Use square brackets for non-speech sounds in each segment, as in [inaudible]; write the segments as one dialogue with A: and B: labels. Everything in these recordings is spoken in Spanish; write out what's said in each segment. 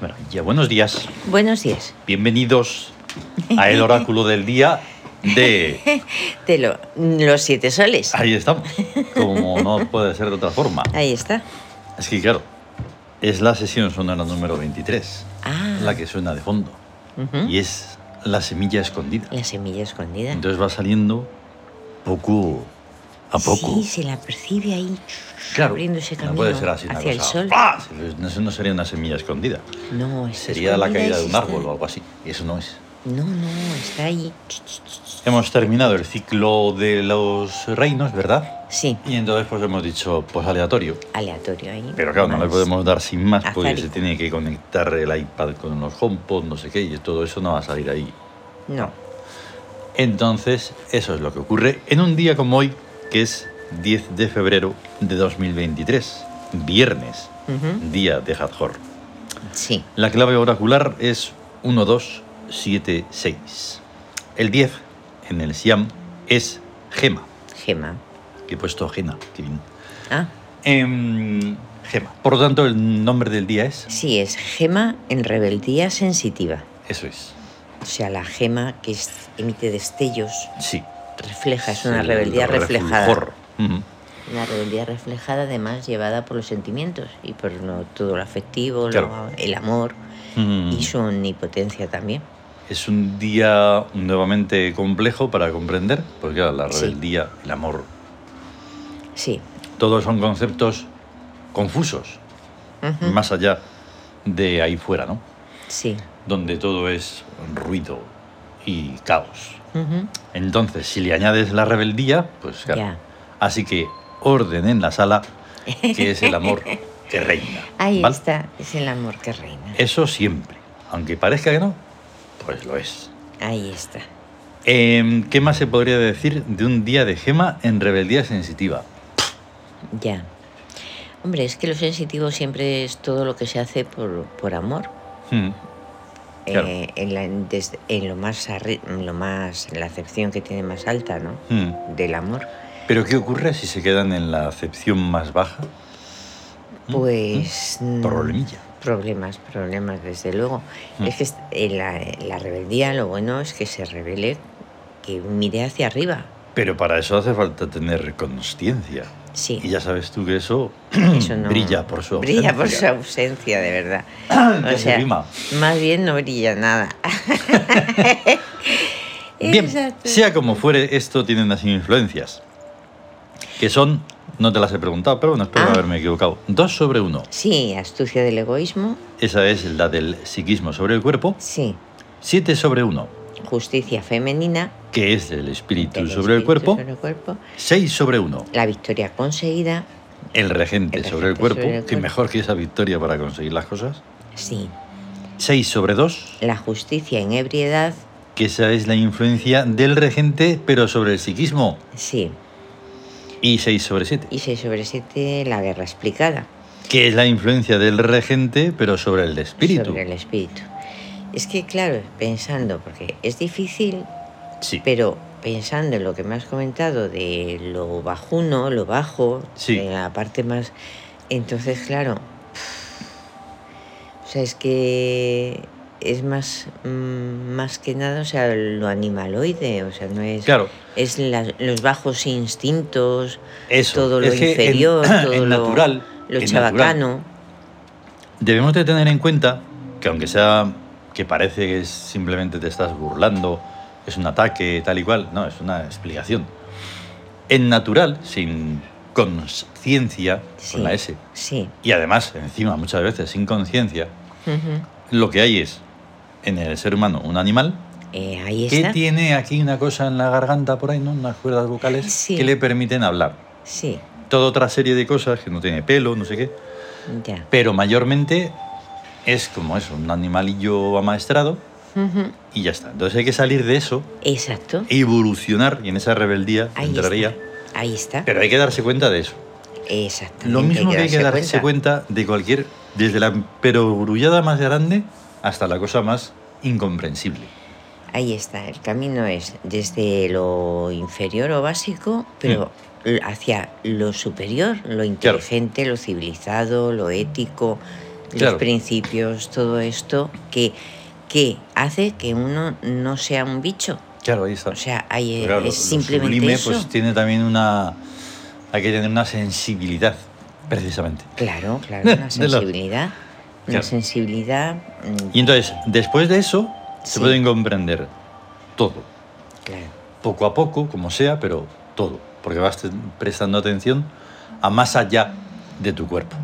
A: Andalucía. Buenos días.
B: Buenos días.
A: Bienvenidos a el oráculo del día
B: [laughs]
A: de...
B: De lo- los siete soles.
A: Ahí estamos. Como no puede ser de otra forma.
B: Ahí está.
A: Es que claro, es la sesión sonora número 23,
B: Ah.
A: la que suena de fondo.
B: Ujú.
A: Y es la semilla escondida.
B: La semilla escondida.
A: Entonces va saliendo poco a poco.
B: Sí, se la percibe ahí.
A: Claro,
B: abriéndose
A: no
B: camino
A: puede ser así una
B: hacia el
A: cosa, ¡Ah!
B: sol.
A: ¡pah! No, eso no sería una semilla escondida.
B: No, está
A: Sería la
B: escondida
A: caída
B: y
A: de un
B: está-
A: árbol o algo así. Y eso no es.
B: No, no, está ahí.
A: Hemos terminado el ciclo de los reinos, ¿verdad?
B: Sí,
A: Y entonces pues hemos dicho, pues aleatorio.
B: aleatorio ahí.
A: Pero claro, no le
B: Más.
A: podemos dar sin más porque
B: Azar.
A: se tiene que conectar el iPad con los HomePod, no sé qué, y todo eso no va a salir ahí.
B: No.
A: Entonces, eso es lo que ocurre en un día como hoy, que es 10 de febrero de 2023, viernes,
B: Ujú.
A: día de Hathor.
B: Sí.
A: La clave oracular es 1276. El 10 en el Siam es Gema.
B: Gema.
A: Que he puesto Gena, qué bien.
B: Ah,
A: Em, Gema. Por lo tanto, el nombre del día es.
B: sí, es gema en rebeldía sensitiva.
A: Eso es.
B: O sea, la gema que es- emite destellos,
A: Sí.
B: refleja, es una
A: El
B: rebeldía reflejada.
A: refulgor. Ujú.
B: Una rebeldía reflejada, además, llevada por los sentimientos y por no, todo lo afectivo, lo-
A: Claro.
B: el amor
A: Mm.
B: y su omnipotencia también.
A: Es un día nuevamente complejo para comprender, porque claro, la
B: Sí.
A: rebeldía, el amor,
B: Sí.
A: todos son conceptos confusos,
B: Ujú.
A: más allá de ahí fuera, ¿no?
B: Sí.
A: Donde todo es ruido y caos.
B: Ujú.
A: Entonces, si le añades la rebeldía, pues claro.
B: Ya.
A: Así que orden en la sala, que es el
B: [laughs]
A: amor que reina.
B: Ahí
A: ¿vale?
B: está, es el amor que reina.
A: Eso siempre. Aunque parezca que no, pues lo es.
B: Ahí está.
A: Em, ¿Qué más se podría decir de un día de gema en rebeldía sensitiva?
B: Ya. Hombre, es que lo sensitivo siempre es todo lo que se hace por, por amor.
A: Hmm, Claro.
B: Eh, en, la- en desde- en lo más arri- en lo más en la acepción que tiene más alta, ¿no?
A: hmm.
B: Del amor.
A: Pero ¿qué ocurre si se quedan en la acepción más baja? Mm,
B: Pues mm,
A: Problemilla.
B: Problemas, problemas, desde luego.
A: Mm.
B: Es que est- en la, en la rebeldía lo bueno es que se revele, que mire hacia arriba.
A: Pero para eso hace falta tener conciencia.
B: Sí.
A: Y ya sabes tú que eso, [clears throat]
B: Eso no-
A: brilla por su
B: Brilla por su
A: ausencia.
B: ausencia, de verdad.
A: [clears throat] Ya se rima.
B: más bien no brilla nada.
A: [laughs]
B: Eh,
A: Bien,
B: Exacto.
A: sea como fuere, esto tiene unas influencias. Que son, no te las he preguntado, pero bueno, espero
B: Ah.
A: haberme equivocado. Dos sobre uno.
B: Sí, astucia del egoísmo,
A: Esa es la del psiquismo sobre el cuerpo.
B: sí.
A: Siete sobre uno,
B: Justicia femenina.
A: que es el espíritu
B: del
A: sobre el
B: espíritu
A: cuerpo.
B: sobre el cuerpo.
A: Seis sobre uno,
B: La victoria conseguida,
A: el regente
B: El
A: sobre el
B: regente
A: cuerpo.
B: sobre el
A: Que
B: cuerpo.
A: mejor que esa victoria para conseguir las cosas.
B: sí.
A: Seis sobre dos,
B: La justicia en ebriedad,
A: que esa es la influencia del regente, pero sobre el psiquismo.
B: sí.
A: Y seis sobre siete,
B: Y 6 sobre 7, la guerra explicada.
A: que es la influencia del regente, pero sobre el espíritu.
B: Sobre el espíritu. Es que, claro, pensando, porque es difícil,
A: Sí.
B: pero pensando en lo que me has comentado de lo bajuno, lo bajo,
A: Sí.
B: de la parte más. Entonces, claro. O sea, es que es más, mm, más que nada, o sea, lo animaloide, o sea, no es.
A: Claro.
B: Es la- los bajos instintos,
A: Eso,
B: todo lo
A: es que en-
B: inferior,
A: [clears throat]
B: todo
A: en
B: lo,
A: natural,
B: lo
A: en
B: chabacano.
A: Debemos de tener en cuenta que aunque sea que parece que es simplemente te estás burlando, es un ataque tal y cual, no, es una explicación. En natural, sin conciencia,
B: Sí,
A: con la S,
B: Sí.
A: y además, encima, muchas veces sin conciencia,
B: Ujú.
A: lo que hay es en el ser humano un animal
B: Eh, ahí
A: que
B: está.
A: tiene aquí una cosa en la garganta por ahí, ¿no? unas cuerdas vocales
B: Sí.
A: que le permiten hablar.
B: Sí,
A: Toda otra serie de cosas que no tiene pelo, no sé qué,
B: ya.
A: pero mayormente es como eso, un animalillo amaestrado
B: Ujú.
A: y ya está. Entonces hay que salir de eso
B: Exacto.
A: e evolucionar y en esa rebeldía
B: Ahí
A: entraría.
B: está. Ahí está.
A: Pero hay que darse cuenta de eso.
B: Exactamente.
A: Lo mismo que hay que darse cuenta. de cualquier, desde la perogrullada más grande hasta la cosa más incomprensible.
B: Ahí está. El camino es desde lo inferior o básico, pero
A: Mm.
B: hacia lo superior, lo inteligente, lo civilizado, lo ético,
A: Claro.
B: los principios, todo esto que, que hace que uno no sea un bicho.
A: Claro, ahí está.
B: O sea, ahí
A: Claro, lo-
B: es
A: lo
B: simplemente
A: sublime,
B: eso.
A: pues tiene también una. Hay que tener una sensibilidad, precisamente.
B: Claro,
A: [laughs]
B: claro, una
A: De los-
B: sensibilidad. Una
A: Claro.
B: sensibilidad. mm,
A: Y entonces, después de eso, se
B: Sí.
A: pueden comprender todo.
B: Claro,
A: Poco a poco, como sea, pero todo. Porque vas te- prestando atención a más allá de tu cuerpo.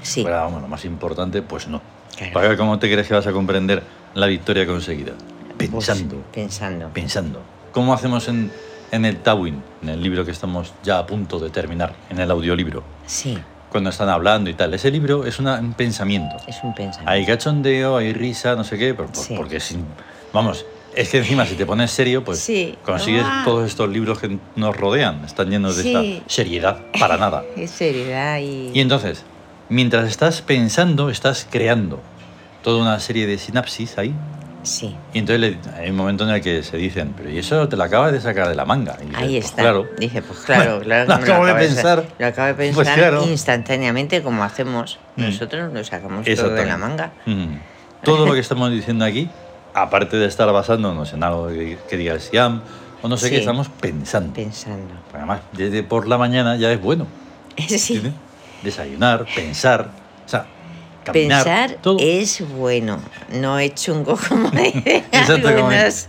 B: sí.
A: Pero vamos, lo más importante, pues no.
B: Claro.
A: Para ver cómo te crees que vas a comprender la victoria conseguida.
B: Pues,
A: Pensando.
B: pensando.
A: pensando. ¿Cómo hacemos en, en el Tawin, en el libro que estamos ya a punto de terminar, en el audiolibro?
B: Sí,
A: Cuando están hablando y tal. Ese libro es una- un pensamiento.
B: es un pensamiento.
A: Hay cachondeo, hay risa, no sé qué, por- por-
B: Sí.
A: porque sin, vamos, es que encima si te pones serio, pues
B: Sí.
A: consigues
B: Ah.
A: todos estos libros que nos rodean, están llenos de
B: Sí.
A: esta seriedad para nada.
B: Es seriedad y...
A: Y entonces, mientras estás pensando, estás creando toda una serie de sinapsis ahí,
B: Sí,
A: y entonces le- hay un momento en el que se dicen, pero y eso te lo acabas de sacar de la manga. Y dices,
B: ahí
A: "Pues
B: está.
A: claro,
B: Dije, pues claro, claro.
A: [laughs] lo
B: que me
A: acabo de
B: sacar.
A: pensar.
B: Lo acabo de
A: Pues
B: pensar
A: claro.
B: instantáneamente, como hacemos
A: Mm.
B: nosotros, lo sacamos todo de
A: Exactamente.
B: la manga.
A: Mm. Todo lo que estamos diciendo aquí, aparte de estar basándonos en algo que, que diga el Siam o no sé qué,
B: Sí.
A: estamos pensando.
B: Pensando. [laughs]
A: Además, desde por la mañana ya es bueno.
B: Sí.
A: ¿entiendes? Desayunar, pensar, o sea, caminar,
B: Pensar
A: todo.
B: es bueno, no es chungo
A: [laughs]
B: como dicen
A: Exacto, como-
B: algunos.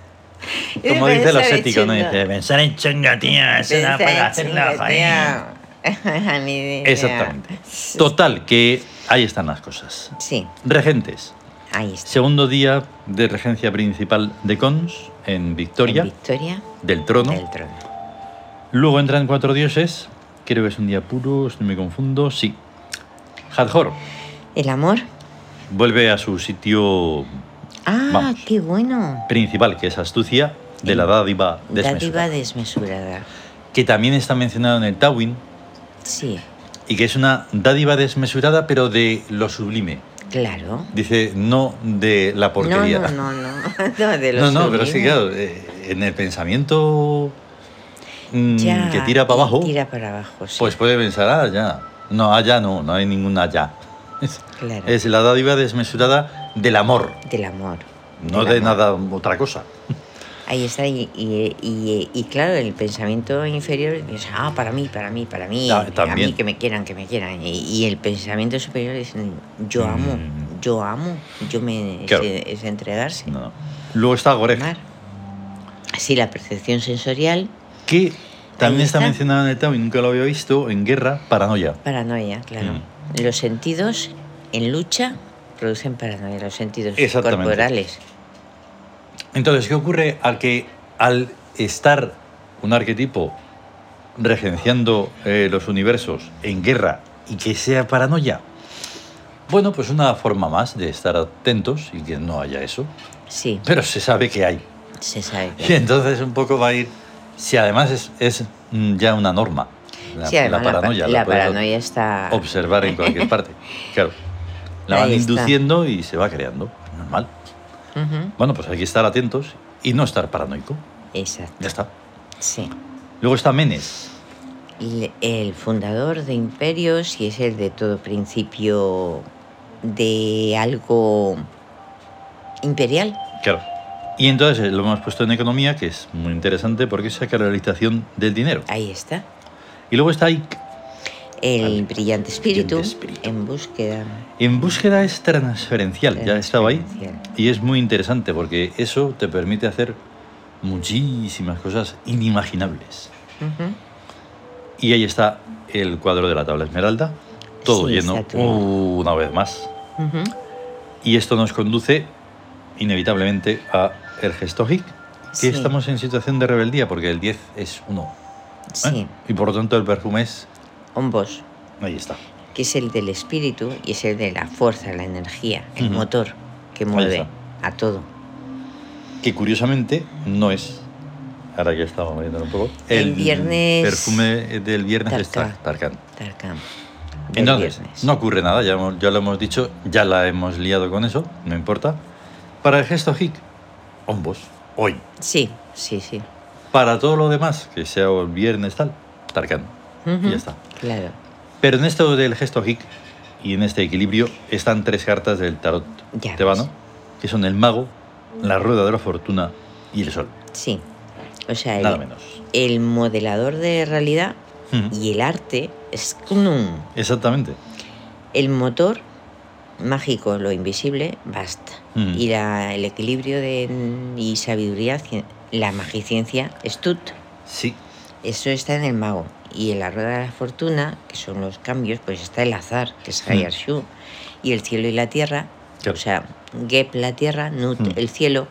A: Como dicen los
B: Pensar es
A: éticos, ¿no?
B: chungo.
A: Dice, pensar en chunga, tía, eso no
B: Pensar
A: puede
B: es
A: hacerlo,
B: chungo,
A: joder".
B: tío. [laughs] A mí de-
A: Exactamente. Total, que ahí están las cosas.
B: Sí,
A: Regentes.
B: ahí está.
A: Segundo día de regencia principal de Cons en Victoria,
B: En Victoria
A: del trono.
B: del trono.
A: Luego entran cuatro dioses. Creo que es un día puro, si no me confundo. Sí. Hadhor
B: El amor.
A: vuelve a su sitio
B: Ah,
A: Vamos.
B: qué bueno.
A: principal, que es Astucia, de la dádiva desmesurada.
B: Dádiva desmesurada.
A: Que también está mencionado en el Tawin,
B: Sí,
A: y que es una dádiva desmesurada, pero de lo sublime.
B: claro.
A: Dice, no de la porquería.
B: No, no, no, no. [laughs]
A: [laughs]
B: No, de
A: No,
B: los
A: no, pero sí,
B: sublimes.
A: claro, eh, en el pensamiento mm,
B: Ya,
A: que tira para abajo,
B: Tira para abajo, sí.
A: pues puede pensar, ah, ya. No, allá no, no hay ninguna allá. Es,
B: claro.
A: es la dádiva desmesurada del amor,
B: Del amor.
A: no
B: del
A: de
B: amor.
A: nada otra cosa.
B: Ahí está, y, y- y- y claro, el pensamiento inferior dice, ah, para mí, para mí, para mí,
A: Ah,
B: a
A: también.
B: mí que me quieran, que me quieran. Y, y el pensamiento superior es, yo amo,
A: Mm.
B: yo amo, yo me...
A: Claro. Eh.
B: Es, es entregarse.
A: No, no. Luego está Goreg,
B: amar. Sí, la percepción sensorial,
A: que también
B: Ahí
A: está.
B: está.
A: mencionado en el Tao y nunca lo había visto, en guerra, paranoia.
B: paranoia, claro.
A: Mm.
B: Los sentidos en lucha producen paranoia, los sentidos
A: Exactamente.
B: corporales.
A: Entonces, ¿qué ocurre al que al estar un arquetipo regenciando eh, los universos en guerra y que sea paranoia? Bueno, pues una forma más de estar atentos y que no haya eso,
B: Sí,
A: pero se sabe que hay.
B: se sabe.
A: Y entonces un poco va a ir, si además es, es, mm, ya una norma, la,
B: Sí, además
A: la
B: la par-
A: paranoia,
B: la
A: la puedes
B: paranoia está...
A: observar en cualquier
B: [laughs]
A: parte. Claro, la van
B: Ah. Ahí está.
A: induciendo y se va creando, normal.
B: Ujú,
A: Bueno, pues hay que estar atentos y no estar paranoico.
B: Exacto,
A: Ya está.
B: sí.
A: Luego está Menes.
B: El, el fundador de imperios y es el de todo principio de algo imperial.
A: Claro. Y entonces eh, lo hemos puesto en economía, que es muy interesante porque es la realización del dinero.
B: Ahí está.
A: Y luego está Ike.
B: El
A: Vale.
B: brillante espíritu
A: Brillante espíritu.
B: en búsqueda.
A: En búsqueda es transferencial, ya he estado ahí.
B: Transferencial.
A: Y es muy interesante porque eso te permite hacer muchísimas cosas inimaginables.
B: Ujú.
A: Y ahí está el cuadro de la tabla esmeralda, todo
B: Sí,
A: lleno
B: está todo.
A: una vez más.
B: Ujú.
A: Y esto nos conduce inevitablemente a el gesto Hic, que
B: Sí.
A: estamos en situación de rebeldía porque el 10 es 1.
B: Sí,
A: Y por lo tanto el perfume es...
B: hombos,
A: Ahí está.
B: que es el del espíritu y es el de la fuerza, la energía, el
A: Ujú.
B: motor que mueve
A: está.
B: a todo.
A: Que curiosamente no es... Ahora que estamos viendo un poco.
B: El viernes-
A: perfume del viernes
B: Tarkan.
A: está Tarkan.
B: Tarkan. del
A: Entonces,
B: viernes.
A: no ocurre nada, ya, hemos- ya lo hemos dicho, ya la hemos liado con eso, no importa. Para el gesto Hic, hombos, hoy.
B: Sí, sí, sí.
A: Para todo lo demás, que sea el viernes tal, Tarkan.
B: Ujú.
A: ya está.
B: Claro.
A: Pero en esto del gesto hic Y en este equilibrio están tres cartas del tarot
B: Ya
A: tebano,
B: ves.
A: que son el mago, la rueda de la fortuna y el sol.
B: Sí. O sea,
A: Nada
B: el,
A: menos.
B: el modelador de realidad
A: Ujú.
B: y el arte es Knum.
A: Exactamente.
B: El motor mágico, lo invisible, basta.
A: Mm.
B: Y la- el equilibrio de, y sabiduría, cien- la magiciencia, Stut.
A: Sí.
B: Eso está en el mago. Y en la rueda de la fortuna, que son los cambios, pues está el azar, que es Hayar Shu. Y el cielo y la tierra,
A: Mm. Claro.
B: o sea, Gep la tierra, Nut
A: Mm.
B: el cielo,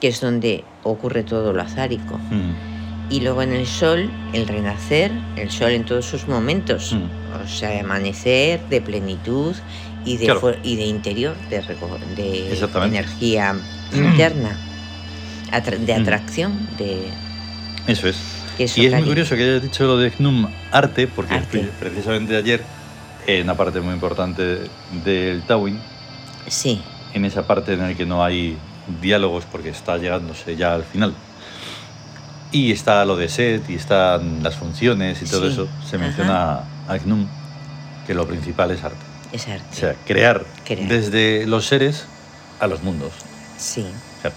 B: que es donde ocurre todo lo azárico.
A: Mm.
B: Y luego en el sol, el renacer, el sol en todos sus momentos.
A: Mm.
B: O sea, de amanecer, de plenitud y de,
A: Claro.
B: fu- y de interior, de, reco- de
A: Exactamente.
B: energía interna, atra- de
A: Mm.
B: atracción, de...
A: Eso es.
B: que eso
A: Y es muy
B: cari-
A: curioso que hayas dicho lo de GNUM arte, porque
B: Arte.
A: fui- precisamente ayer, en una parte muy importante del Tawin,
B: Sí,
A: en esa parte en la que no hay diálogos porque está llegándose ya al final. Y está lo de set y están las funciones y todo
B: Sí,
A: eso. Se
B: ajá.
A: menciona a GNUM que lo principal es arte.
B: es arte.
A: O sea, crear,
B: Crear.
A: desde los seres a los mundos.
B: Sí.
A: O sea,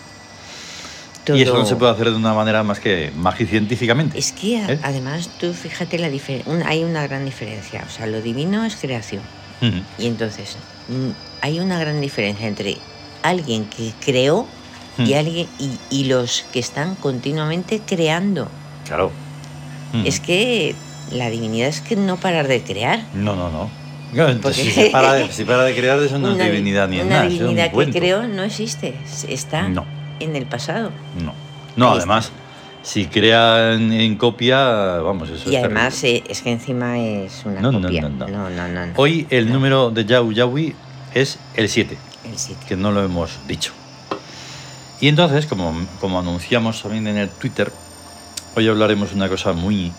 A: Y eso no
B: Todo-
A: se puede hacer de una manera más que magicientíficamente. [laughs]
B: Es que a-
A: ¿Eh?
B: además tú fíjate la diferencia, hay una gran diferencia, o sea, lo divino es creación.
A: Ujú.
B: Y entonces mm, hay una gran diferencia entre alguien que creó y,
A: Hmm.
B: alguien, y, y los que están continuamente creando.
A: Claro. Mm. Ujú.
B: Es que la divinidad es que no parar de crear.
A: No, no, no. Claro, entonces,
B: Porque-
A: si, se para de, si para de crear, eso no es
B: di-
A: divinidad ni es
B: una
A: nada. eso es un
B: divinidad que
A: cuento.
B: creó no existe, s- está
A: No.
B: en el pasado.
A: No. No,
B: Ahí
A: además, si crean en copia, vamos, eso
B: Y
A: es terrible.
B: además eh, es que encima es una
A: No, no,
B: copia.
A: no, no.
B: no, no, no.
A: Hoy el número de Yau Yaui es el 7,
B: El sitio.
A: que no lo hemos dicho. Y entonces, como, como anunciamos también en el Twitter, hoy hablaremos de una cosa muy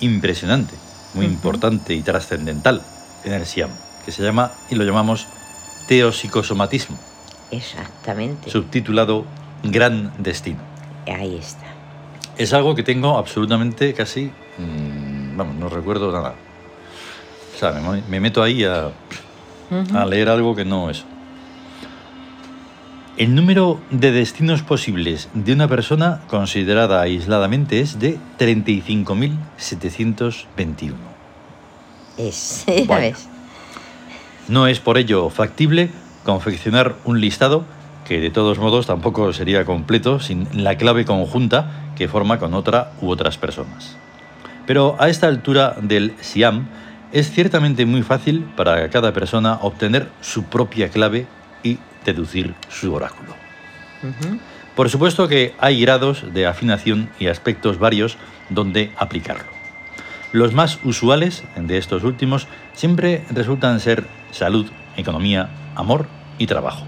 A: impresionante, muy
B: Ujú.
A: importante y trascendental en el SIAM, que se llama, y lo llamamos, teopsicosomatismo.
B: Exactamente.
A: subtitulado Gran Destino.
B: Ahí está.
A: Es algo que tengo absolutamente casi, mm, vamos, no recuerdo nada. O sea, me, mo- me meto ahí a,
B: Ujú.
A: a leer algo que no es. El número de destinos posibles de una persona considerada aisladamente es de 35.721.
B: Es, [laughs] ya
A: Vaya.
B: ves.
A: No es por ello factible confeccionar un listado que de todos modos tampoco sería completo sin la clave conjunta que forma con otra u otras personas. Pero a esta altura del SIAM es ciertamente muy fácil para cada persona obtener su propia clave y deducir su oráculo.
B: Ujú.
A: Por supuesto que hay grados de afinación y aspectos varios donde aplicarlo. Los más usuales de estos últimos siempre resultan ser salud, economía, amor y trabajo.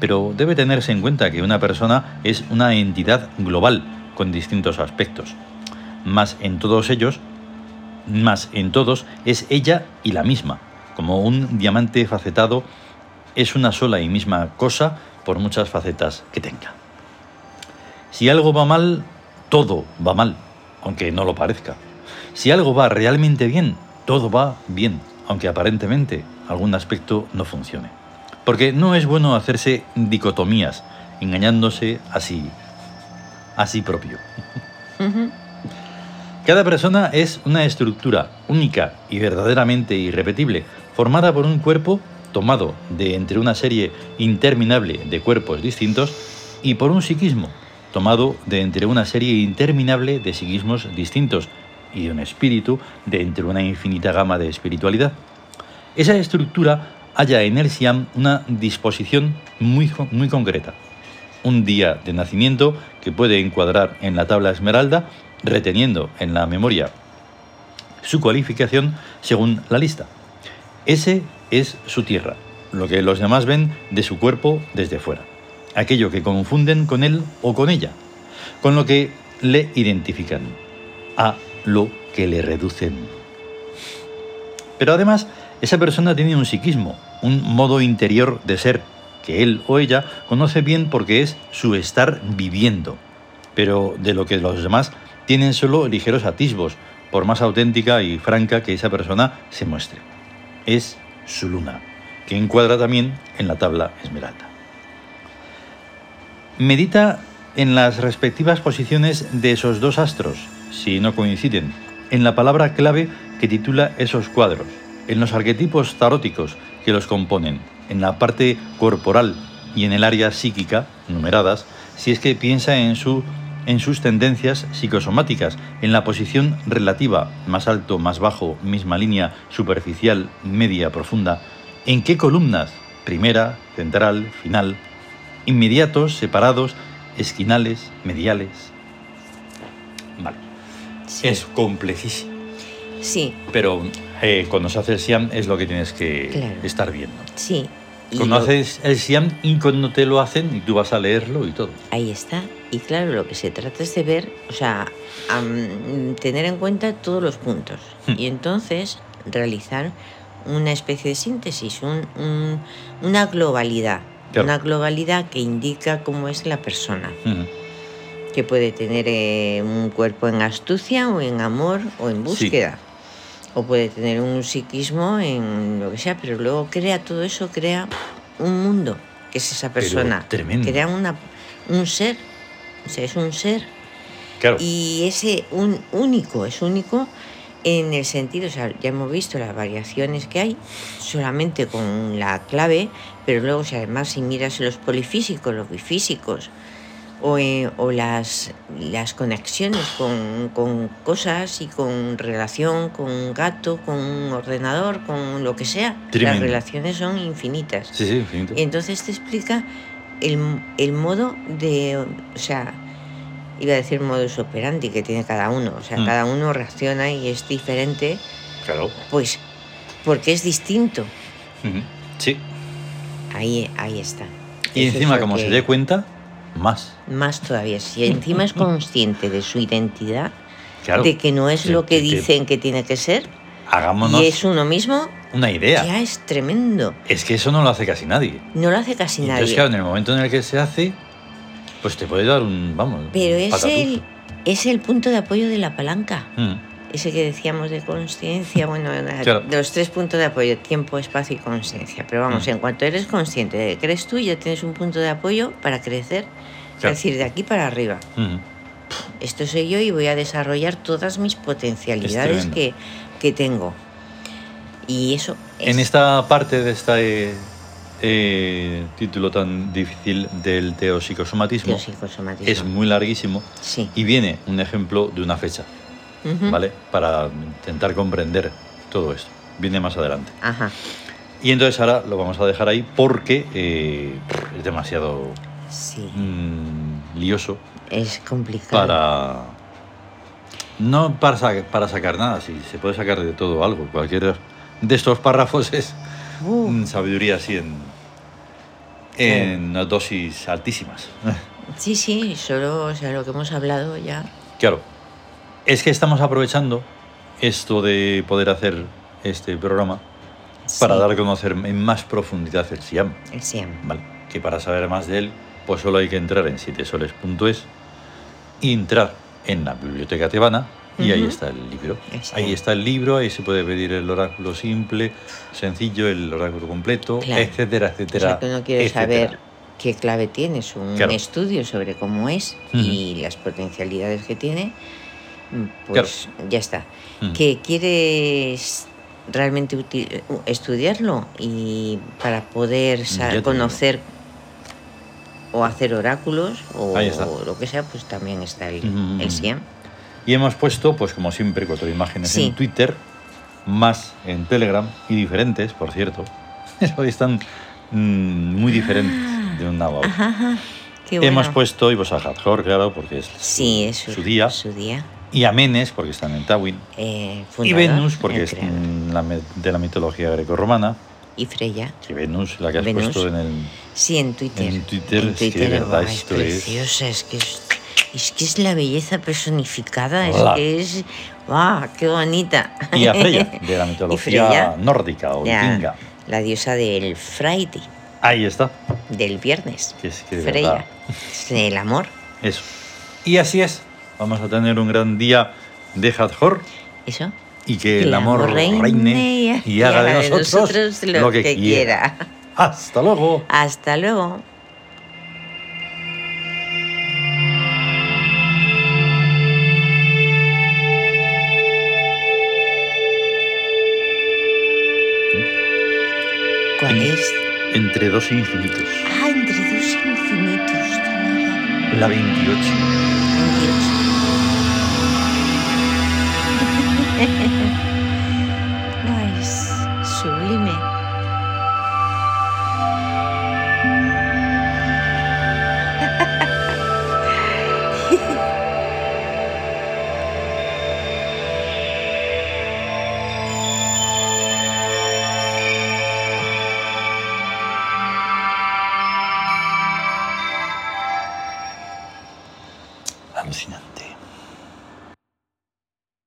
A: Pero debe tenerse en cuenta que una persona es una entidad global con distintos aspectos. Más en todos ellos, más en todos es ella y la misma, como un diamante facetado es una sola y misma cosa por muchas facetas que tenga. Si algo va mal, todo va mal, aunque no lo parezca. Si algo va realmente bien, todo va bien, aunque aparentemente algún aspecto no funcione. Porque no es bueno hacerse dicotomías, engañándose así, así propio.
B: Ujú.
A: Cada persona es una estructura única y verdaderamente irrepetible, formada por un cuerpo tomado de entre una serie interminable de cuerpos distintos y por un psiquismo tomado de entre una serie interminable de psiquismos distintos y de un espíritu de entre una infinita gama de espiritualidad. Esa estructura halla en el Siam una disposición muy, co- muy concreta. Un día de nacimiento que puede encuadrar en la tabla esmeralda, reteniendo en la memoria su cualificación según la lista. Ese es su tierra, lo que los demás ven de su cuerpo desde fuera, aquello que confunden con él o con ella, con lo que le identifican, a lo que le reducen. Pero además, esa persona tiene un psiquismo, un modo interior de ser, que él o ella conoce bien porque es su estar viviendo, pero de lo que los demás tienen solo ligeros atisbos, por más auténtica y franca que esa persona se muestre. Es su luna, que encuadra también en la tabla esmeralda. Medita en las respectivas posiciones de esos dos astros, si no coinciden, en la palabra clave que titula esos cuadros, en los arquetipos taróticos que los componen, en la parte corporal y en el área psíquica, numeradas, si es que piensa en, su, en sus tendencias psicosomáticas, en la posición relativa, más alto, más bajo, misma línea, superficial, media, profunda, en qué columnas, primera, central, final, inmediatos, separados, esquinales, mediales. Vale.
B: Sí.
A: Es complejísimo.
B: Sí,
A: Pero eh, cuando se hace el SIAM es lo que tienes que
B: Claro.
A: estar viendo.
B: sí. Y
A: Cuando
B: lo-
A: haces el SIAM y cuando te lo hacen y tú vas a leerlo y todo.
B: Ahí está. Y claro, lo que se trata es de ver, o sea, am- tener en cuenta todos los puntos.
A: Hmm.
B: Y entonces realizar una especie de síntesis, un- un- una globalidad.
A: Claro.
B: Una globalidad que indica cómo es la persona,
A: Ujú.
B: que puede tener eh, un cuerpo en astucia o en amor o en búsqueda. O puede tener un psiquismo en lo que sea, pero luego crea todo eso, crea un mundo, que es esa
A: Pero
B: persona.
A: tremendo.
B: Crea una, un ser, o sea, es un ser.
A: Claro.
B: Y ese un, único, es único en el sentido, o sea, ya hemos visto las variaciones que hay, solamente con la clave, pero luego, si además si miras los polifísicos, los bifísicos, o, eh, o las, las conexiones con, con cosas y con relación, con un gato, con un ordenador, con lo que sea, las
A: Tremendo.
B: relaciones son infinitas.
A: Sí, sí, infinito.
B: Y entonces te explica el, el modo de, o sea, iba a decir modus operandi que tiene cada uno. O sea,
A: Mm.
B: cada uno reacciona y es diferente,
A: Claro.
B: pues, porque es distinto.
A: Ujú. Sí.
B: Ahí, ahí está.
A: Y
B: Eso es
A: encima,
B: lo
A: como
B: que
A: se dé cuenta, más.
B: Más todavía, si encima es consciente de su identidad,
A: Claro.
B: de que no es
A: Que-
B: lo que,
A: que- que-
B: dicen que tiene que ser,
A: Hagámonos
B: y es uno mismo,
A: una idea.
B: ya es tremendo.
A: Es que eso no lo hace casi nadie.
B: No lo hace casi nadie.
A: Entonces, claro, en el momento en el que se hace, pues te puede dar un, vamos,
B: Pero
A: un
B: es
A: patatús.
B: el, es el punto de apoyo de la palanca.
A: Mm.
B: Ese que decíamos de conciencia, bueno, de-
A: Claro.
B: de los tres puntos de apoyo, tiempo, espacio y conciencia. Pero vamos,
A: Mm.
B: en cuanto eres consciente de que crees tú, ya tienes un punto de apoyo para crecer. Es
A: Claro.
B: decir, de aquí para arriba.
A: Ujú.
B: Esto soy yo y voy a desarrollar todas mis potencialidades
A: tremendo.
B: que, que tengo. Y eso es...
A: En esta parte de este eh, título tan difícil del teopsicosomatismo,
B: los psicosomatismos.
A: es muy larguísimo
B: Sí.
A: y viene un ejemplo de una fecha,
B: Ujú.
A: ¿vale? Para intentar comprender todo esto. Viene más adelante.
B: Ajá.
A: Y entonces ahora lo vamos a dejar ahí porque eh, es demasiado
B: Sí.
A: mm, lioso
B: Es complicado.
A: para... No para, sa- para sacar nada, si se puede sacar de todo algo. Cualquiera de estos párrafos es
B: Uh,
A: Mm, sabiduría así en, en unas dosis altísimas. [laughs]
B: Sí, sí, solo o sea, lo que hemos hablado ya.
A: Claro, es que estamos aprovechando esto de poder hacer este programa para
B: Sí,
A: dar a conocer en más profundidad el SIAM,
B: sí.
A: ¿vale? que para saber más de él, pues solo hay que entrar en sitiesoles.es y entrar en la biblioteca tebana y ahí
B: Ujú.
A: está el libro.
B: Eso.
A: Ahí está el libro, ahí se puede pedir el oráculo simple, sencillo, el oráculo completo,
B: Claro.
A: etcétera,
B: O
A: etcétera.
B: sea, que uno quiere
A: etcétera.
B: saber qué clave tienes, un
A: Claro.
B: estudio sobre cómo es y las potencialidades que tiene, mm, pues ya está.
A: Mm.
B: Que quieres realmente uti- u- estudiarlo y para poder sa-
A: Ya te digo.
B: conocer o hacer oráculos o
A: Ahí está.
B: lo que sea, pues también está el,
A: Mm.
B: el SIAM.
A: Y hemos puesto, pues como siempre, cuatro imágenes
B: Sí.
A: en Twitter, más en Telegram, y diferentes, por cierto. [laughs] Hoy están mm, muy diferentes de una a otra.
B: Ah. Ajá, ajá. Qué
A: Hemos
B: bueno.
A: puesto Ibos a Hathor, claro, porque es
B: sí,
A: su,
B: eso,
A: pues, su día,
B: Su día.
A: y Amenes, porque están en Tawin,
B: eh,
A: y
B: fundador,
A: Venus, porque
B: el
A: es
B: creador.
A: mm, la me- de la mitología grecorromana,
B: Y Freya.
A: que Venus, la que has
B: Venus.
A: puesto en
B: [laughs]
A: el...
B: Sí, en Twitter.
A: En Twitter, es que de verdad
B: ay,
A: esto es-
B: preciosa, es que es, es que es la belleza personificada,
A: Hola.
B: es que es ¡guau! qué bonita.
A: Y a Freya, de la mitología
B: Freya.
A: nórdica o
B: La-
A: vikinga.
B: [laughs] La diosa del Friday,
A: Ahí está,
B: del viernes.
A: que es que de verdad...
B: Freya. Es el amor.
A: Eso. Y así es. Vamos a tener un gran día de Hathor
B: Eso.
A: y que el, amor, reine, y haga de nosotros,
B: lo, que, quiera.
A: Hasta luego.
B: Hasta luego. ¿Cuál es?
A: Entre dos infinitos.
B: Ah, entre dos infinitos.
A: La 28.
B: [laughs] No es sublime.
A: Alucinante.